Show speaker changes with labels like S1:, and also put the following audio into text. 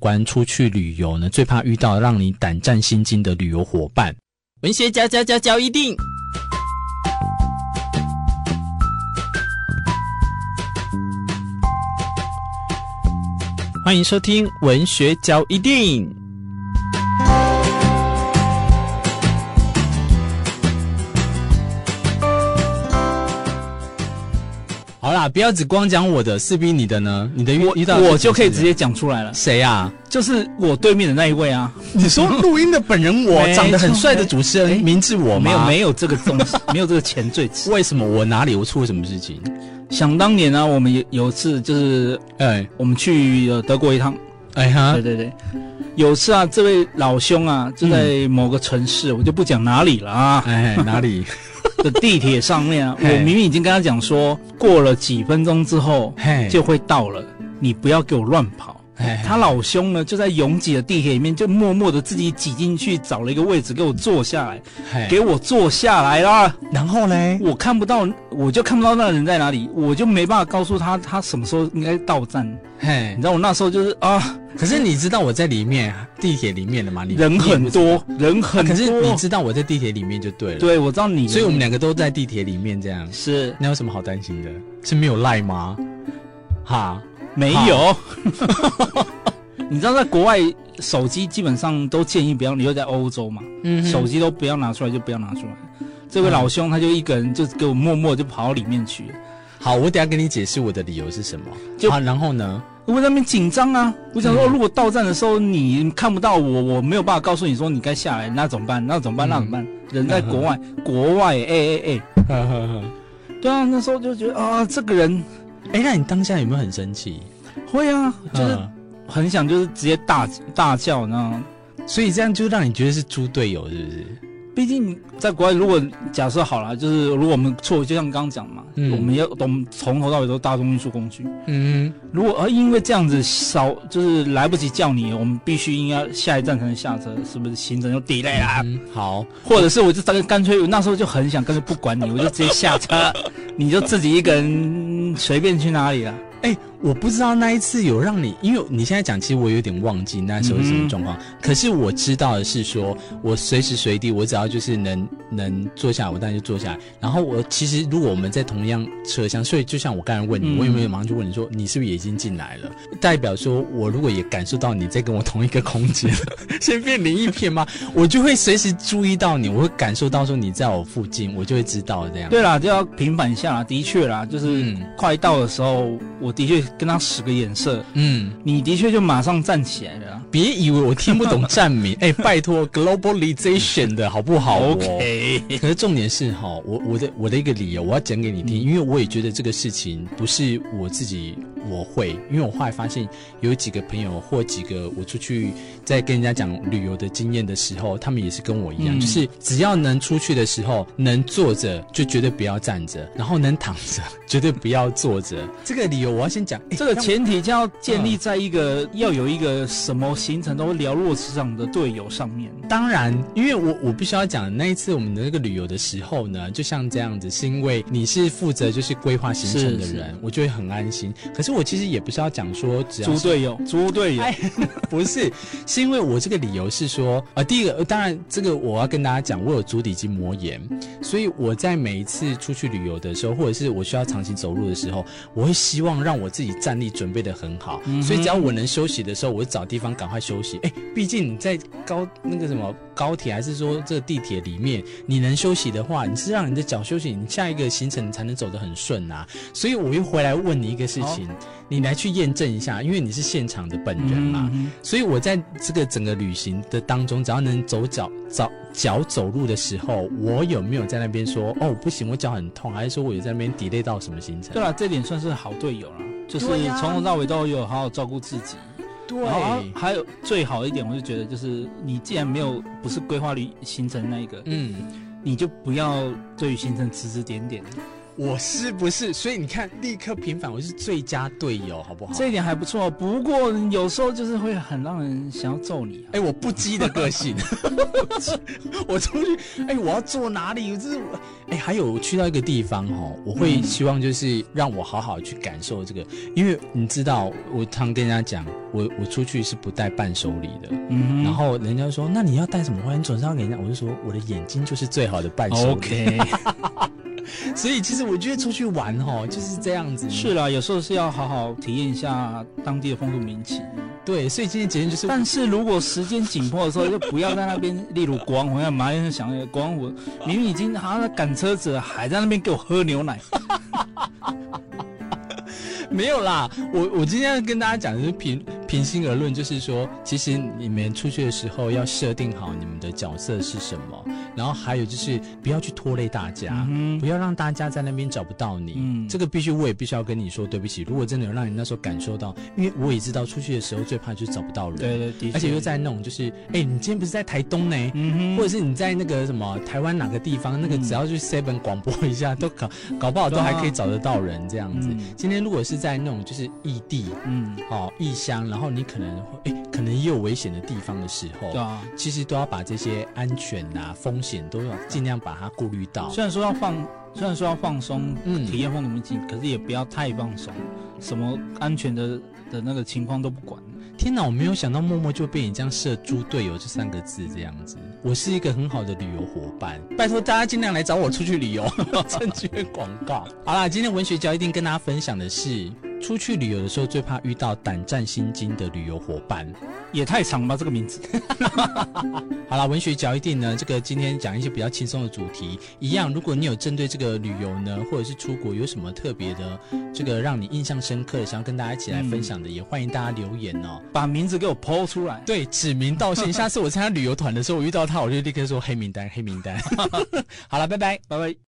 S1: 关出去旅游呢，最怕遇到让你胆战心惊的旅游伙伴。
S2: 文学家家家教一定。
S1: 欢迎收听《文学交一定》。好啦，不要只光讲我的，是逼你的呢？你的遇
S3: 我
S1: 遇到的
S3: 我就可以直
S1: 事情
S3: 接讲出来了
S1: 是，谁啊？
S3: 就是我对面的那一位啊，
S1: 你说录音的本人我，
S3: 没
S1: 长得很
S3: 错
S1: 帅的主持人，
S3: 哎
S1: 明智我
S3: 没
S1: 吗
S3: 有没有这个东 西，没有这个前缀词。
S1: 为什么我哪里我出了什么事情？
S3: 想当年呢、我们有有一次就是
S1: 哎
S3: 我们去呃德国一趟，
S1: 哎哈
S3: 对，对对，有次啊，这位老兄啊就在某个城市，我就不讲哪里了啊，
S1: 哎 哪里？
S3: 的地铁上面啊，我
S1: 嘿
S3: 明明已经跟他讲说，过了几分钟之后
S1: 嘿
S3: 就会到了，你不要给我乱跑。
S1: 哎
S3: 他老兄呢，就在拥挤的地铁里面，就默默的自己挤进去，找了一个位置给我坐下来，
S1: 哎
S3: 给我坐下来啦！
S1: 然后嘞，
S3: 我看不到，我就看不到那人在哪里，我就没办法告诉他他什么时候应该到站。
S1: 嘿
S3: 你知，道我那时候就是啊，
S1: 可是你知道我在里面地铁里面的吗？你
S3: 人很，多，人很
S1: 你也不知道可是你
S3: 多。
S1: 知道我在地铁里面就对了。，
S3: 对，我知道你，
S1: 所以我们两个都在地铁里面这样，
S3: 是
S1: 那有什么好担心的？是没有赖吗？哈，
S3: 没有。 你知道在国外手机基本上都建议不要，你又在欧洲嘛，
S1: 嗯
S3: 手机都不要拿出来就不要拿出来。这位
S1: 嗯
S3: 老兄他就一个人就给我默默就跑到里面去了，
S1: 好，我等一下跟你解释我的理由是什么。
S3: 就
S1: 好，然后呢？
S3: 我在那边紧张啊，我
S1: 嗯
S3: 想说，如果到站的时候你看不到我，我没有办法告诉你说你该下来，那怎么办？那怎么办？
S1: 嗯
S3: 那怎么办？人在国外，国外，哎哎哎，
S1: 呵呵呵。
S3: 对啊，那时候就觉得啊，这个人
S1: 哎，那你当下有没有很生气？
S3: 会啊，就是
S1: 嗯
S3: 很想就是直接大大叫，你知道吗？
S1: 所以这样就让你觉得是猪队友，是不是？
S3: 毕竟在国外，如果假设好了，就是如果我们错，就像刚刚讲嘛，
S1: 嗯
S3: 我们要我们从头到尾都是大众运输工具。
S1: 嗯，
S3: 如果呃因为这样子少，就是来不及叫你，我们必须应该下一站才能下车，是不是行程就 delay 啦？
S1: 嗯好，
S3: 或者是我就干干脆，我那时候就很想干脆不管你，我就直接下车，你就自己一个人随便去哪里啊了。
S1: 哎、我不知道那一次有让你，因为你现在讲，其实我有点忘记那时候是什么状况。
S3: 嗯
S1: 可是我知道的是说，我随时随地，我只要就是能能坐下来，我当然就坐下来。然后我其实如果我们在同样车厢，所以就像我刚才问你，
S3: 嗯
S1: 我有没有马上就问你说，你是不是也已经进来了？代表说我如果也感受到你在跟我同一个空间， 先变灵异片吗？我就会随时注意到你，我会感受到说你在我附近，我就会知道这样。
S3: 对啦，就要平反一下啦，的确啦，就是
S1: 嗯
S3: 快到的时候，我的确跟他使个眼色，
S1: 嗯。
S3: 你的确就马上站起来了啦。
S1: 别以为我听不懂站 名，哎、拜托，globalization 的好不好、哦
S3: OK，
S1: 可是重点是哈，我我的我的一个理由，我要讲给你
S3: 嗯
S1: 听，因为我也觉得这个事情不是我自己我会，因为我后来发现有几个朋友或几个我出去在跟人家讲旅游的经验的时候，他们也是跟我一样，
S3: 嗯
S1: 就是只要能出去的时候，能坐着就绝对不要站着，然后能躺着绝对不要坐着。这个理由我要先讲，哎
S3: 这个
S1: 让
S3: 前提就要建立在一个、要有一个什么行程都寥落指掌的队友上面。
S1: 当然，因为我我必须要讲，那一次我们的那个旅游的时候呢，就像这样子，是因为你是负责就是规划行程的
S3: 是
S1: 人，我就会很安心。可是我其实也不是要讲说只要
S3: 猪
S1: 是
S3: 队友，猪队友，
S1: 哎 不是，是因为我这个理由是说，呃，第一个，呃当然这个我要跟大家讲，我有足底筋膜炎，所以我在每一次出去旅游的时候，或者是我需要长期走路的时候，我会希望让我自己站立准备的很好，
S3: 嗯哼
S1: 所以只要我能休息的时候，我就找地方赶快休息。哎，毕竟你在高那个什么高铁还是说这个地铁里面，你能休息的话，你是让你的脚休息，你下一个行程才能走得很顺啊。所以我又回来问你一个事情，你来去验证一下，因为你是现场的本人嘛。
S3: 嗯
S1: 所以我在这个整个旅行的当中，只要能走脚走脚走路的时候，我有没有在那边说哦不行，我脚很痛，还是说我有在那边 delay 到什么行程？
S3: 对了，这点算是好队友了，就是
S1: 对呀
S3: 从头到尾都有好好照顾自己。
S1: 对
S3: 然后还有最好一点，我就觉得就是你既然没有不是规划旅行程那一个，
S1: 嗯，
S3: 你就不要对于行程指指点点。
S1: 我是不是？所以你看，立刻平反，我是最佳队友，好不好？
S3: 这一点还不错。不过有时候就是会很让人想要揍你啊。
S1: 哎、我不羁的个 性，我出去，哎、我要坐哪里？这是我，哎、还有我去到一个地方哦，我会希望就是让我好好去感受这个，因为你知道，我常跟人家讲，我我出去是不带伴手礼的，
S3: 嗯
S1: 然后人家说，那你要带什么花？你总是要给人家，我就说我的眼睛就是最好的伴手礼。
S3: 哦 OK，
S1: 所以其实我觉得出去玩哦，就是这样子，
S3: 是啦，有时候是要好好体验一下当地的风土民情。
S1: 对，所以今天节目就是
S3: 但是如果时间紧迫的时候，就不要在那边，例如国王湖，要马上想国王湖，明明已经好像在赶车子了，还在那边给我喝牛奶。
S1: 没有啦，我我今天要跟大家讲的是平平心而论，就是说，其实你们出去的时候要设定好你们的角色是什么，然后还有就是不要去拖累大家，
S3: 嗯
S1: 不要让大家在那边找不到你。
S3: 嗯
S1: 这个必须我也必须要跟你说对不起。如果真的有让你那时候感受到，因为我也知道出去的时候最怕就是找不到人，
S3: 对对，的确。
S1: 而且又，在那种就是，哎、你今天不是在台东呢？
S3: 嗯
S1: 或
S3: 哼，
S1: 者是你在那个什么台湾哪个地方，那个
S3: 嗯
S1: 只要去 Seven 广播一下，都搞搞不好都还可以找得到人这样子
S3: 嗯。
S1: 今天如果是在那种就是异地
S3: 嗯，
S1: 哦异乡，然后你可能会哎可能也有危险的地方的时候
S3: 对，啊。
S1: 其实都要把这些安全啊风险都要尽量把它顾虑到。
S3: 虽然说要放，虽然说要放松，
S1: 嗯
S3: 体验风土民情，可是也不要太放松，什么安全的的那个情况都不管。
S1: 天哪，我没有想到默默就被你这样设“猪队友”这三个字这样子。我是一个很好的旅游伙伴，拜托大家尽量来找我出去旅游， 正确广告。好啦，今天文学交一定跟大家分享的是，出去旅游的时候最怕遇到胆战心惊的旅游伙伴。
S3: 也太长了吧，这个名字。
S1: 好啦，文学角一定呢，这个今天讲一些比较轻松的主题，一样，如果你有针对这个旅游呢，或者是出国有什么特别的，这个让你印象深刻的，想要跟大家一起来分享的，也欢迎大家留言哦。
S3: 把名字给我剖出来。
S1: 对，指名道姓。下次我参加旅游团的时候，我遇到他，我就立刻说黑名单，黑名单。好了，拜拜。
S3: 拜拜。